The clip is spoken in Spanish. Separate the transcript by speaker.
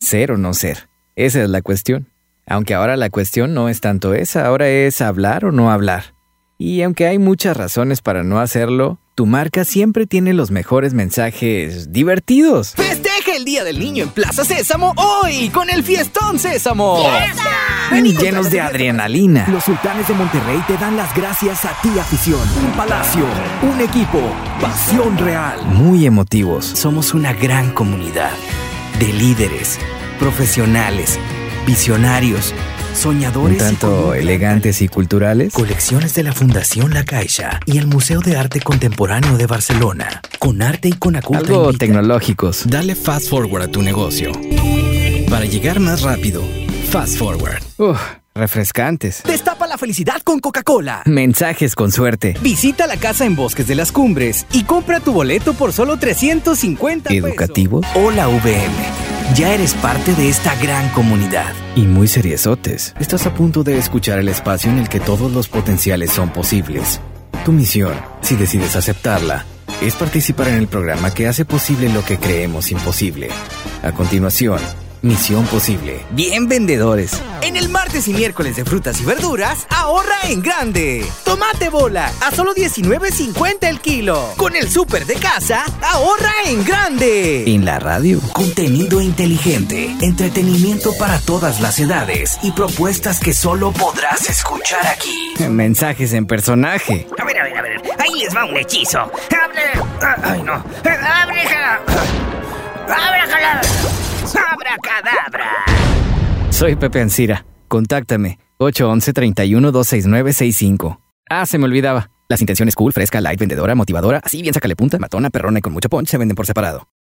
Speaker 1: Ser o no ser. Esa es la cuestión. Aunque ahora la cuestión no es tanto esa, ahora es hablar o no hablar. Y aunque hay muchas razones para no hacerlo, tu marca siempre tiene los mejores mensajes divertidos.
Speaker 2: Festeja el Día del Niño en Plaza Sésamo hoy con el Fiestón Sésamo.
Speaker 1: Ven y llenos de adrenalina.
Speaker 3: Los sultanes de Monterrey te dan las gracias a ti, afición. Un palacio, un equipo, pasión real.
Speaker 1: Muy emotivos.
Speaker 4: Somos una gran comunidad de líderes, profesionales, visionarios,
Speaker 1: Un
Speaker 4: soñadores.
Speaker 1: tanto
Speaker 4: y
Speaker 1: elegantes y culturales.
Speaker 4: Colecciones de la Fundación La Caixa y el Museo de Arte Contemporáneo de Barcelona. Con arte y con aculta.
Speaker 1: Algo tecnológicos.
Speaker 4: Dale fast forward a tu negocio. Para llegar más rápido, fast forward.
Speaker 1: Uf, refrescantes.
Speaker 4: Destapa la felicidad con Coca-Cola.
Speaker 1: Mensajes con suerte.
Speaker 2: Visita la casa en Bosques de las Cumbres y compra tu boleto por solo 350 pesos.
Speaker 1: Educativos
Speaker 4: Hola VM. Ya eres parte de esta gran comunidad.
Speaker 1: y muy seriesotes. Estás a punto de escuchar el espacio en el que todos los potenciales son posibles. Tu misión, si decides aceptarla, es participar en el programa que hace posible lo que creemos imposible. A continuación, Misión Posible.
Speaker 2: Bien vendedores. En el martes y miércoles de frutas y verduras, ahorra en grande. Tomate bola a solo 19.50 el kilo. Con el súper de casa, ahorra en grande.
Speaker 1: En la radio.
Speaker 4: Contenido inteligente, entretenimiento para todas las edades y propuestas que solo podrás escuchar aquí.
Speaker 1: Mensajes en personaje.
Speaker 5: A ver, a ver, a ver. Ahí les va un hechizo. ¡Abre! Ah, ¡Ay, no! Ah, ¡Ábrejala! ¡Ábrejala! ¡Abracadabra!
Speaker 1: Soy Pepe Ancira. Contáctame. 811-31-269-65. Ah, se me olvidaba. Las intenciones cool, fresca, light, vendedora, motivadora, así bien sácale punta, matona, perrona y con mucho punch se venden por separado.